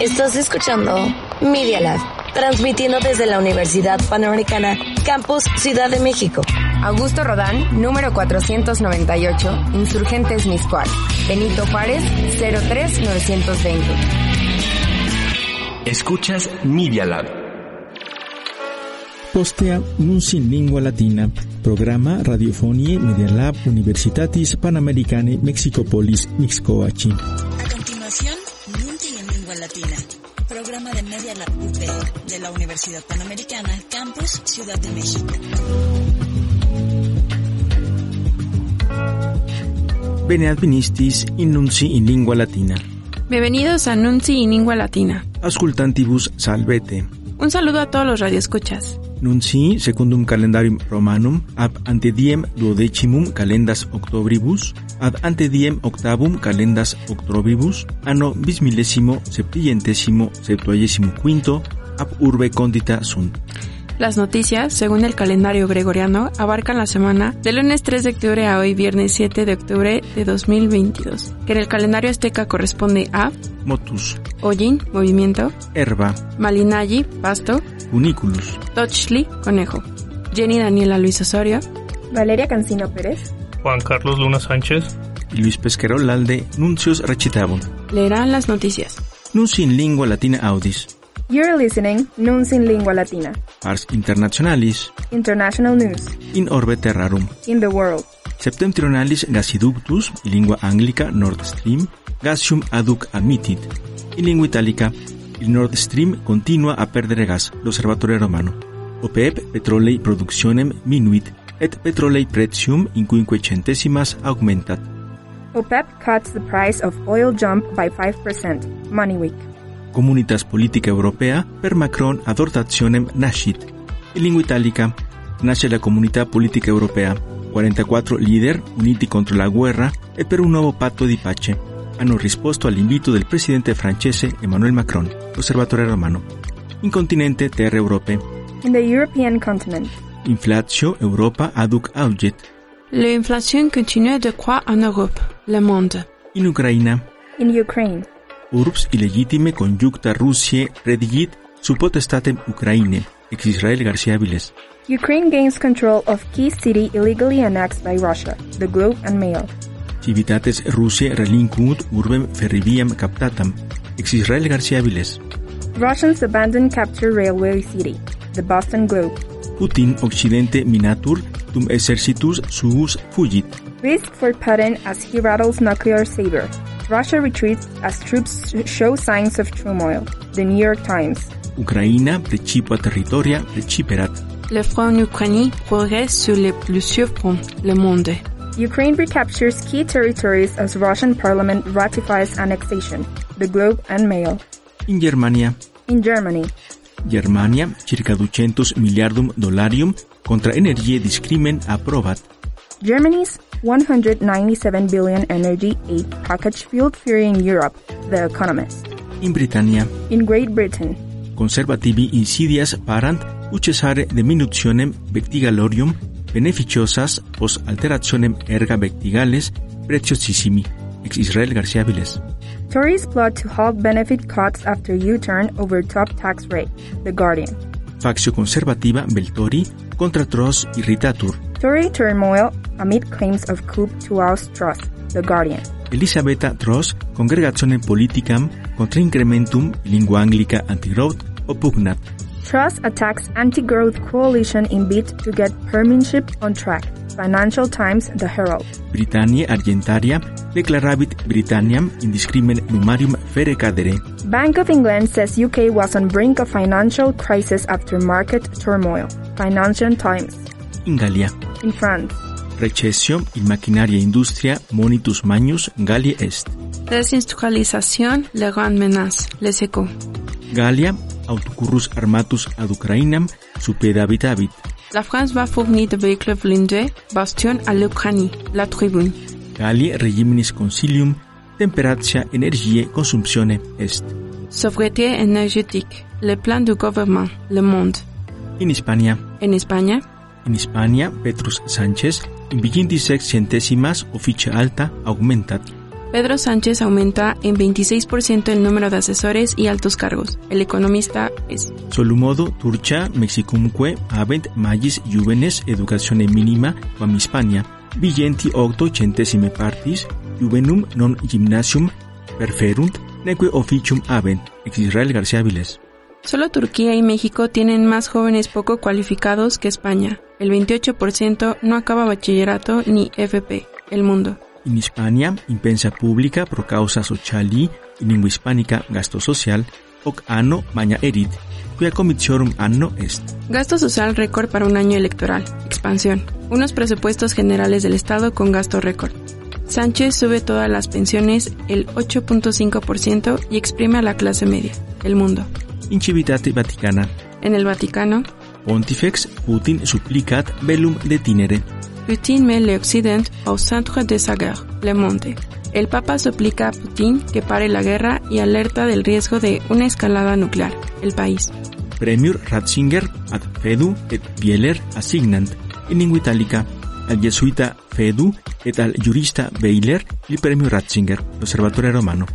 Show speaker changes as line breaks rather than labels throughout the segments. Estás escuchando Media Lab, transmitiendo desde la Universidad Panamericana, Campus Ciudad de México.
Augusto Rodán, número 498, Insurgentes Miscual. Benito Juárez, 03920.
Escuchas Media Lab.
Postea Nuncin Lingua Latina, programa Radiofonie Media Lab Universitatis Panamericane Mexicopolis Mixcoachi.
A continuación, Nunti en Lingua Latina, programa de Media Lab UP de la Universidad Panamericana, Campus Ciudad de México.
Bene Advenistis in Nunci in Lingua Latina.
Bienvenidos a Nunci in Lingua Latina.
Ascultantibus salvete.
Un saludo a todos los radioescuchas.
Nunci secundum calendarium romanum ab ante diem duodecimum calendas octobribus ad ante diem octavum calendas octobribus anno bismillesimo septillentesimo septuagesimo quinto ab urbe condita sunt.
Las noticias, según el calendario gregoriano, abarcan la semana del lunes 3 de octubre a hoy viernes 7 de octubre de 2022, que en el calendario azteca corresponde a
Motus,
Ollin, movimiento,
herba,
Malinayi, pasto,
uniculus,
Tochli, conejo, Jenny Daniela Luis Osorio,
Valeria Cancino Pérez.
Juan Carlos Luna Sánchez.
y Luis Pesquerol alde nuncios recitabunt.
leerán las noticias.
Nunci in lingua latina audis,
You're listening Nuns in Lingua Latina,
pars internationalis,
international news
in orbe terrarum.
in the world.
Septentrionalis gasiductus, in lingua anglica Nord Stream, gasium aduc admittit. In lingua italica, il Nord Stream continua a perdere gas, l'osservatore romano. OPEP petrolei productionem minuit, et petrolei pretium in quinquecentesimas augmentat.
OPEP cuts the price of oil jump by 5%. Money Week.
Comunitas politica europea per Macron ad hortationem nascit. In lingua italica nasce la comunità politica europea, 44 leader uniti contro la guerra e per un nuovo patto di pace. Hanno risposto all'invito del presidente francese Emmanuel Macron, osservatore romano. In continente terre europee,
In the European continent,
inflatio Europa aduc auget.
L'inflation continue de croître en Europe. Le Monde.
In Ucraina,
in Ukraine,
urbs illegitime conjuncta Russie redigit su potestatem Ucraine, ex Israel García Viles.
Ukraine gains control of key city illegally annexed by Russia, The Globe and Mail.
Civitates Russia relinquunt urbem ferriviam captatam, ex Israel García Viles.
Russians abandon capture railway city, The Boston Globe.
Putin occidente minatur dum exercitus suus fugit.
Risk for Putin as he rattles nuclear saber. Russia retreats as troops sh- show signs of turmoil. The New York Times.
Ucraina precipua territoria preciperat.
Le front ukrainien progresse sur les plusieurs fronts. Le Monde.
Ukraine recaptures key territories as Russian parliament ratifies annexation. The Globe and Mail.
In Germania,
In Germany,
Germania circa ducentus miliardum dollarium contra energie discrimen approbat.
Germany's 197 billion energy aid package fueled fury in Europe. The Economist.
In Britannia,
In Great Britain,
conservativi insidias parant uccessare diminutionem vectigalorium beneficiosas pos alterationem erga vectigales preciosissimi, ex Israel García Viles.
Tories plot to halt benefit cuts after U-turn over top tax rate. The Guardian.
Faccio conservativa Beltori contra Tros irritatur.
Tory turmoil amid claims of coup to oust trust. The Guardian.
Elisabetta Tros congregationem politicam contra incrementum lingua anglica antigrowth oppugnat.
Truss attacks anti-growth coalition in bid to get premiership on track. Financial Times, The Herald.
Britanniae Argentaria declaravit Britanniam indiscrimen numarium fere cadere.
Bank of England says UK was on brink of financial crisis after market turmoil. Financial Times.
In Gallia,
In France,
recessio in macchinaria industria monitus magnus Gallia est.
Desindustrialización, la gran menace, le secó.
Galia, autocurrus armatus ad Ucrainam, superabitavit.
La France va fournir de véhicules blindés, bastion à l'Ukraine, la tribune.
Galia regimenis concilium, temperatia energie consumptione est.
Sobriété énergétique, le plan du gouvernement, le monde.
In Hispania,
En España,
in Hispania, Petrus Sánchez, in vigintisex centesimas officia alta augmentat.
Pedro Sánchez aumenta en 26% el número de asesores y altos cargos. El economista es.
Solumodo turcha mexicumque avent magis juvenes educatione minima quam Hispania, vigenti octo centesime partis, juvenum non gymnasium perferunt, neque officium avent, ex Israel García Viles.
Solo Turquía y México tienen más jóvenes poco cualificados que España. El 28% no acaba bachillerato ni FP. El mundo.
In Hispania, impensa publica pro causa sociali, in lingua hispanica gasto social, hoc anno magna erit, quia comitiorum anno est.
Gasto social récord para un año electoral. Expansión. Unos presupuestos generales del Estado con gasto récord. Sánchez sube todas las pensiones el 8.5% y exprime a la clase media. El mundo.
In civitate Vaticana,
En el Vaticano,
pontifex Putin supplicat bellum detinere.
Putin met l'Occident au centre de sa guerre, Le Monde. El Papa suplica a Putin que pare la guerra y alerta del riesgo de una escalada nuclear, el país.
Premiur Ratzinger ad Fedu et Bieler assignant in lingua italica al jesuita Fedu et al jurista Bieler il premio Ratzinger, l'osservatore romano.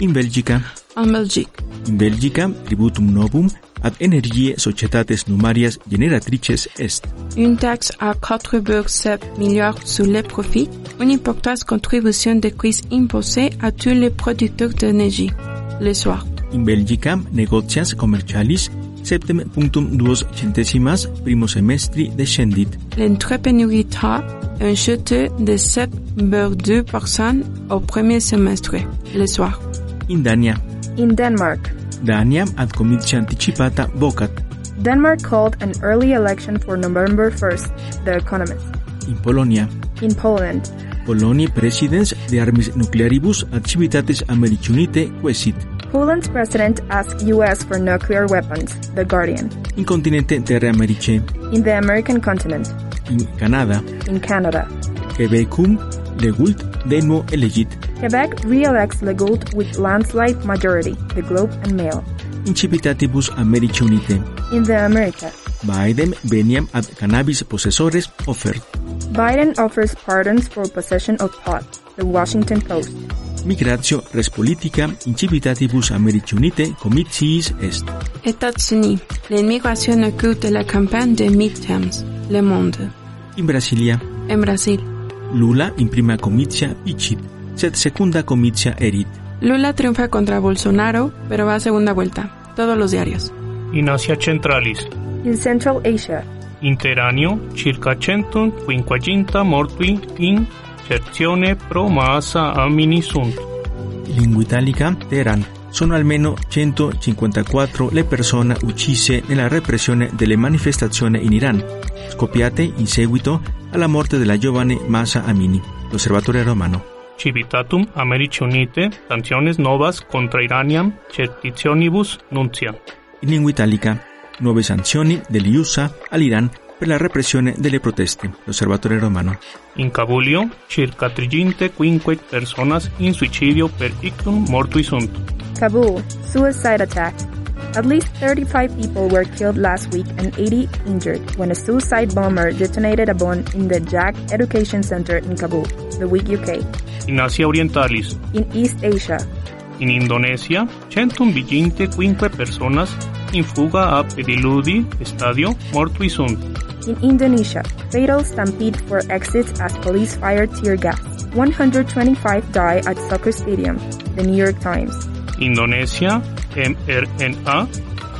In Belgica,
En Belgique,
in Belgica tributum novum ad energie societates numarias generatrices est.
une taxe à 4,7 milliards sur les profits, une importante contribution de crise imposée à tous les producteurs d'énergie. Le soir,
In Belgica negotias commercialis septem punctum duos centesimas primo semestri descendit.
l'entrepreneuriat a un chute de 7,2% au premier semestre. Le soir.
In Dania,
In Denmark,
Dania ad comitia anticipata vocat.
Denmark called an early election for November 1st, The Economist.
In Polonia,
In Poland,
Polonia presidens de armis nuclearibus ad civitates americunite quesit.
Poland's president asked US for nuclear weapons, The Guardian.
In continente terre americe,
In the American continent,
in Canada,
in Canada,
Quebecum legult demo elegit.
Quebec re-elects Legault with landslide majority, The Globe and Mail.
In civitatibus americunite,
In the America,
Biden veniam ad cannabis possessores offert.
Biden offers pardons for possession of pot, The Washington Post.
Migratio res politica in civitatibus americunite comitiis est.
États-Unis. L'immigration occulte la campagne de midterms. Le Monde.
In Brasilia,
En Brasil,
Lula in prima comitia icit, sed secunda comitia erit.
Lula triunfa contra Bolsonaro, pero va a segunda vuelta. Todos los diarios.
In Asia Centralis.
In Central Asia,
Interanio circacentum quinquaginta mortui in certione pro maassa amini sunt.
Lingua italica, Teheran. Sono almeno 154 le persone uccise nella repressione delle manifestazioni in Iran, scoppiate in seguito alla morte della giovane Masa Amini, l'osservatore romano.
Civitatum Americi Unite sanciones novas contra Iraniam certitionibus nuncia.
In lingua italica, nuove sanzioni degli USA all'Iran per la repressione delle proteste, l'osservatore romano.
In Cabulio circa triginte quinque personas in suicidio per ictum mortui sunt.
Kabul, suicide attack. At least 35 people were killed last week and 80 injured when a suicide bomber detonated a bomb in the Jack Education Center in Kabul, the week UK.
In Asia Orientalis.
In East Asia,
In Indonesia, centum viginte quinque personas in fuga a Pediludi stadio mortui sunt.
in Indonesia, fatal stampede for exits as police fire tear gas. 125 die at soccer stadium, the New York Times.
Indonesia, mRNA,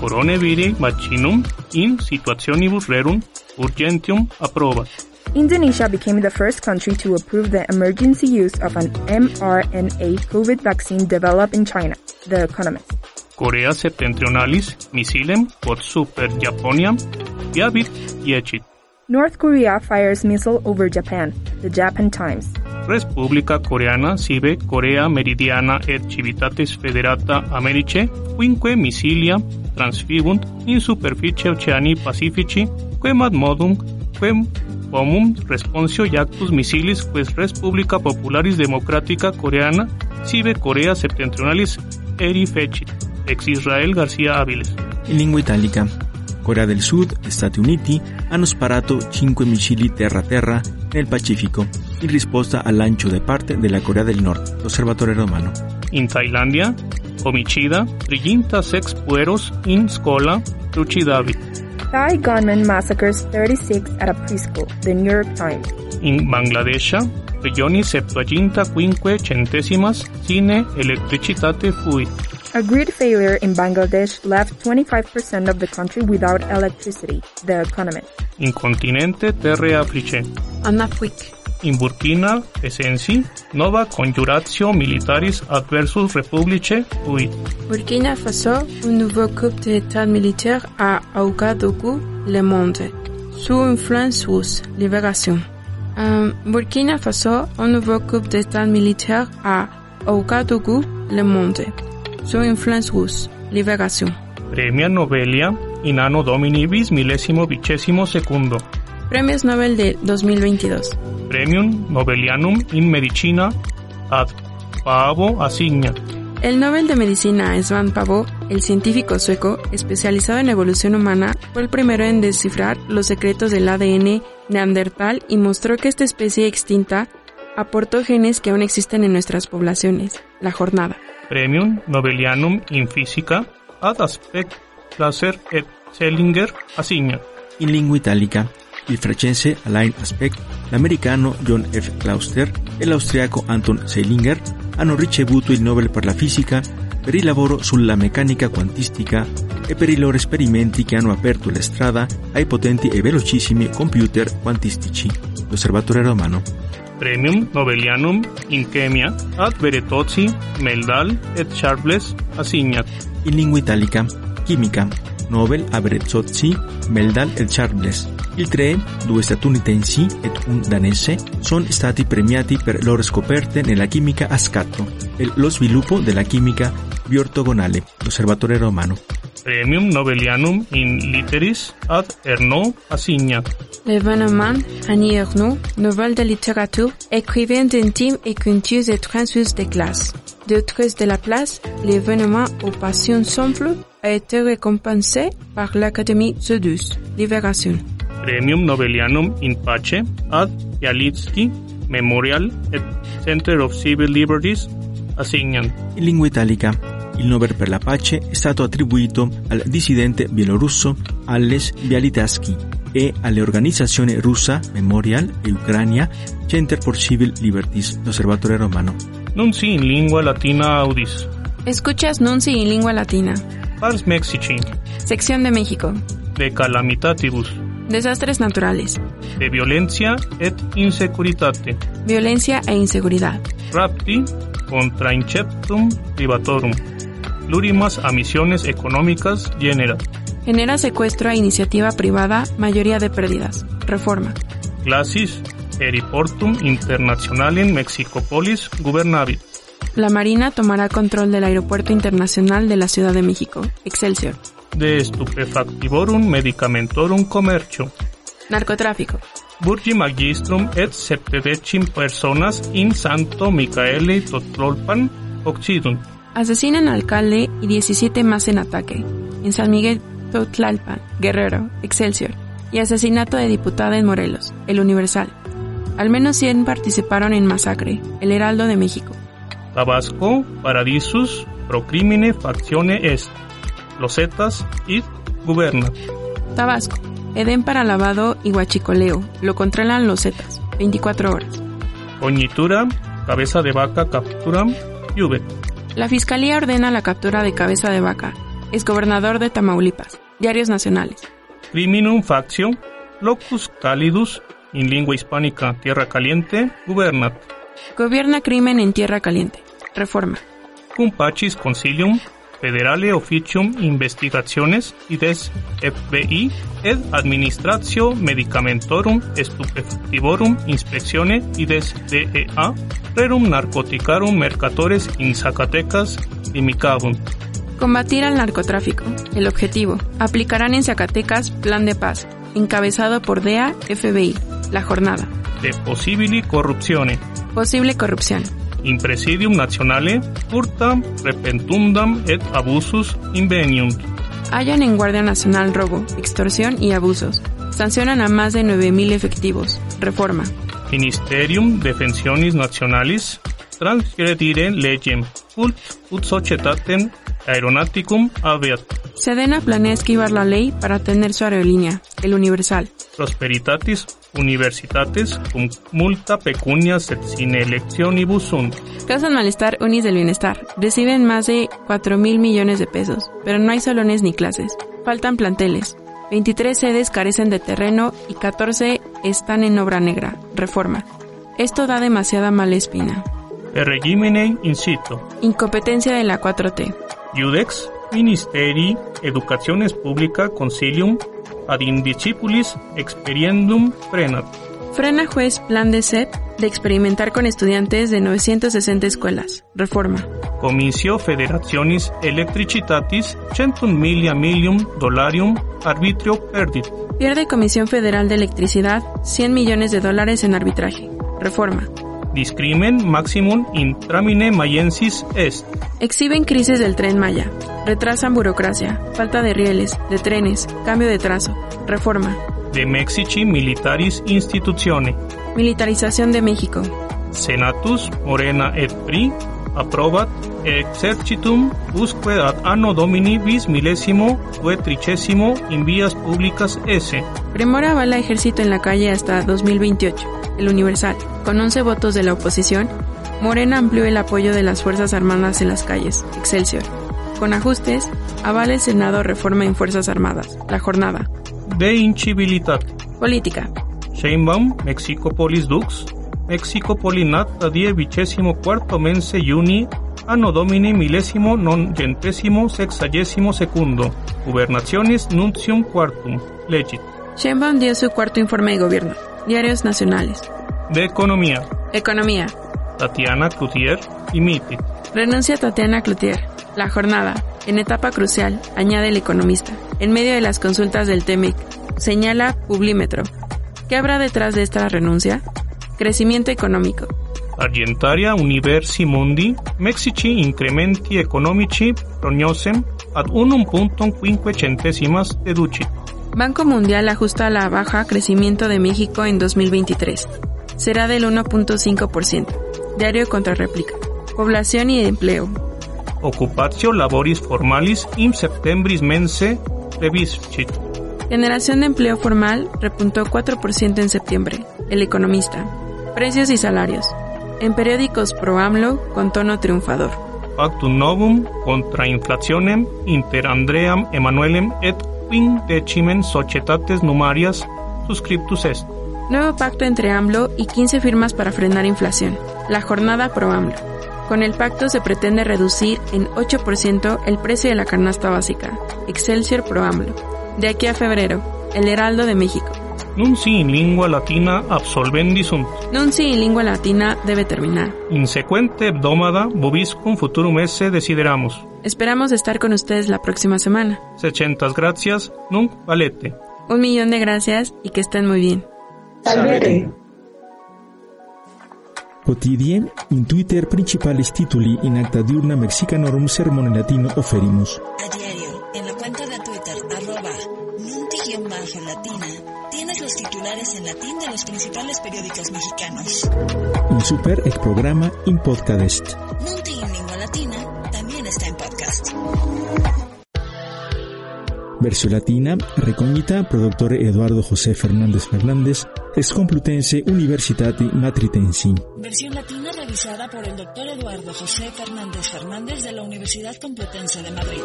coronaviri vaccinum in situationibus rerum urgentium approbat.
Indonesia became the first country to approve the emergency use of an mRNA COVID vaccine developed in China, The Economist.
Corea septentrionalis missilem quod super Japoniam viabit iecit.
North Korea fires missile over Japan, the Japan Times.
Respublica Coreana sive Corea Meridiana et Civitatis Federata Americe quinque missilia transfigunt in superficie oceani pacifici quem ad modum quem pomum responsio iactus missilis quis Respublica Popularis Democratica Coreana sive Corea Septentrionalis eri fecit ex Israel García Áviles
in lingua italica. Corea del Sud, Stati Uniti, hanno sparato 5 missili terra-terra nel Pacifico in risposta al lancio da parte della Corea del Nord, l'osservatore romano.
in Tailandia, homicida, triginta sex pueros in scola, trucidavi,
Thai gunman massacres 36 at a preschool, The New York Times.
in Bangladesha, regioni septuaginta quinque centesimas sine electricitate fuit,
A grid failure in Bangladesh left 25% of the country without electricity, The Economist.
in continente terre africe,
Anapuic,
in Burkina Essensi, nova conjuratio militaris adversus republice fuit,
Burkina Faso, un nouveau coup d'état militaire à Ouagadougou, Le Monde, sous influence russe, Libération. Euh, Burkina Faso, un nouveau coup d'état militaire à Ouagadougou, Le Monde, sous influence russe, Libération.
premia novelia in anno domini bis millesimo vicesimo secundo,
Premios Nobel de 2022.
premium novelianum in medicina ad Paavo Asigna.
El Nobel de Medicina Svan Pavo, el científico sueco especializado en evolución humana, fue el primero en descifrar los secretos del ADN neandertal y mostró que esta especie extinta aportó genes que aún existen en nuestras poblaciones. La jornada.
Premium Nobelianum in Física ad Aspect Laser et Selinger Asigna.
In lingua italica, il francese Alain Aspect, l'americano John F. Clauster e l'austriaco Anton Seilinger hanno ricevuto il Nobel per la fisica per il lavoro sulla meccanica quantistica e per i loro esperimenti che hanno aperto la strada ai potenti e velocissimi computer quantistici, l'osservatore romano.
Premium Nobelianum in Chemia ad Beretozzi, Meldal et Charles Asigna.
in lingua italica, chimica, Nobel a Berezozzi, Meldal e Charles. Il tre, due statunitensi ed un danese, sono stati premiati per loro scoperte nella chimica a scatto e lo sviluppo della chimica biortogonale, l'osservatore romano.
Premium Nobelianum in Literis ad Ernaud Asigna.
L'événement Annie Ernaux, Nobel de littérature, écrivain d'intime et quintieuse et transuse de classe. D'autres de la place, l'événement aux passions simples a été récompensé par l'Académie Zeus. Libération.
Premium Nobelianum in Pace ad Bialitsky, Memorial et Center of Civil Liberties Asignan.
In lingua italica, il Nobel per la pace è stato attribuito al dissidente bielorusso Ales Bialitaski e all'organizzazione russa Memorial e Ucrania Center for Civil Liberties, l'osservatore romano.
Nunci in lingua latina audis.
Escuchas Nunci en lengua latina.
Pars Mexici,
Sección de México.
de Calamitatibus.
Desastres naturales.
de violencia et insecuritate,
Violencia e inseguridad.
rapti contra inceptum privatorum, plurimas a misiones económicas genera,
Genera secuestro a iniciativa privada, mayoría de pérdidas. Reforma.
classis eriportum internationalin mexicopolis gubernavit,
La Marina tomará control del Aeropuerto Internacional de la Ciudad de México, Excelsior.
de stupefactivorum medicamentorum commercio,
Narcotráfico.
burgi magistrum et septedecim personas in santo Micaele Totlolpan occidum,
Asesinan al alcalde y 17 más en ataque. En San Miguel Totlalpan, Guerrero, Excelsior. Y asesinato de diputada en Morelos, El Universal. Al menos 100 participaron en masacre, El Heraldo de México.
Tabasco, Paradisus, Procrimine Factione Est, Losetas, Id, Guberna,
Tabasco. Edén para lavado y huachicoleo. Lo controlan los Zetas. 24 horas.
Coñitura, Cabeza de Vaca, Capturam, Juve,
La Fiscalía ordena la captura de Cabeza de Vaca, exgobernador de Tamaulipas. Diarios nacionales.
Criminum Factio, Locus Calidus, en lengua hispánica, Tierra Caliente, Gubernat,
Gobierna crimen en tierra caliente. Reforma.
Cum Pacis Concilium, Federale Officium Investigaciones IDES FBI ed Administratio Medicamentorum Stupefactivorum Inspectione IDES DEA E Rerum Narcoticarum Mercatores in Zacatecas Limicabunt.
Combatir al narcotráfico. El objetivo. Aplicarán en Zacatecas Plan de Paz, encabezado por DEA, FBI. La jornada.
De Possibili Corruptione.
Posible corrupción.
Impresidium Nationale Furtam Repentundam et Abusus Inveniunt.
Hallan en Guardia Nacional robo, extorsión y abusos. Sancionan a más de 9.000 efectivos. Reforma.
Ministerium Defensionis Nationalis transgredire legem cult ut societatem aeronaticum aviat
Sedena planea esquivar la ley para tener su aerolínea, el Universal.
prosperitatis universitates cum multa pecunia sed sine electionibus sunt
Causan malestar unis del bienestar. Reciben más de 4 mil millones de pesos, pero no hay salones ni clases. Faltan planteles. 23 sedes carecen de terreno y 14 están en obra negra. Reforma. Esto da demasiada mala espina.
per regimine incito
Incompetencia de la 4T.
iudex ministeri educationes publica concilium ad indicipulis experiendum frenat
Frena juez plan de SEP de experimentar con estudiantes de 960 escuelas. Reforma.
Comicio Federationis Electricitatis centum milia milium dollarium arbitrio perdit.
Pierde Comisión Federal de Electricidad 100 millones de dólares en arbitraje. Reforma.
Discrimen maximum intramine maiensis est.
Exhiben crisis del tren Maya. Retrasan burocracia, falta de rieles, de trenes, cambio de trazo. Reforma.
De Mexici Militaris Institutione.
Militarización de México.
Senatus Morena et PRI approbat exercitum usque ad anno domini bis millesimo due tricesimo in vias publicas esse.
Premora va la ejército en la calle hasta 2028. El Universal. Con 11 votos de la oposición, Morena amplió el apoyo de las Fuerzas Armadas en las calles. Excelsior. Con ajustes, avala el Senado reforma en Fuerzas Armadas. La jornada.
De incibilitate.
Política.
Sheinbaum, Mexicopolis Dux, Mexicopolinat a die vicesimo quarto mense iuni, anno domini millesimo non gentesimo sexagesimo secundo, gubernationis nuntium quartum, legit.
Sheinbaum dio su cuarto informe de gobierno. Diarios nacionales.
De economía,
Economía.
Tatiana Cloutier, imitit.
Renuncia Tatiana Cloutier. La jornada. En etapa crucial, añade el economista. En medio de las consultas del TEMEC. Señala Publímetro. ¿Qué habrá detrás de esta renuncia? Crecimiento económico.
Argentaria Universi Mundi, Mexici incrementi economici prognosem ad unum puntum quinque centesimas deducit.
Banco Mundial ajusta a la baja crecimiento de México en 2023. Será del 1.5%. Diario contra réplica. Población y empleo.
Occupatio laboris formalis in septembris mense plebiscit.
Generación de empleo formal repuntó 4% en septiembre. El economista. Precios y salarios. En periódicos pro AMLO con tono triunfador.
Factum novum contra inflationem inter Andream Emanuelem et quindecimen societates numarias suscriptus est.
Nuevo pacto entre AMLO y 15 firmas para frenar inflación. La jornada pro AMLO. Con el pacto se pretende reducir en 8% el precio de la canasta básica. Excelsior pro AMLO. De aquí a febrero. El Heraldo de México.
Nunci in lingua latina absolvendi sunt.
Nunci en lengua latina debe terminar.
Insequente hebdomada bobiscum futurum esse desideramus.
Esperamos estar con ustedes la próxima semana.
Secentas gratias nunc valete.
Un millón de gracias y que estén muy bien.
Quotidien in Twitter principales tituli in acta diurna mexicanorum sermone latino offerimus.
A diario, en la cuenta de Twitter, arroba nunti-latina, tienes los titulares en latín de los principales periódicos mexicanos.
In super ex programa in podcast.
Nunti en lengua latina también está en podcast.
Verso Latina, recognita productore Eduardo José Fernández Fernández, ex Complutense Universitati Matritensi.
Versión latina revisada por el doctor Eduardo José Fernández Fernández de la Universidad Complutense de Madrid.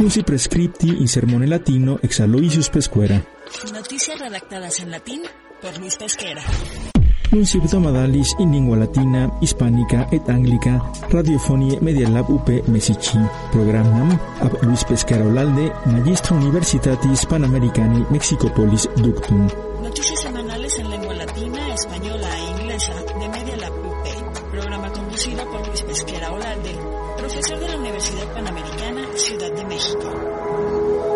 Unsi prescripti in sermone latino ex Aloysius Pescuera.
Noticias redactadas en latín por Luis Pesquera.
Principto Madalis in lingua latina, hispánica et anglica, radiofonie Media Lab UP Mesichi, programnam ab Luis Pescara Olalde, Magistro Universitatis Panamericani Mexicopolis Ductum.
Noticias semanales en lengua latina, española e inglesa de Media Lab UP. Programa conducido por Luis Pesquera Olalde, profesor de la Universidad Panamericana, Ciudad de México.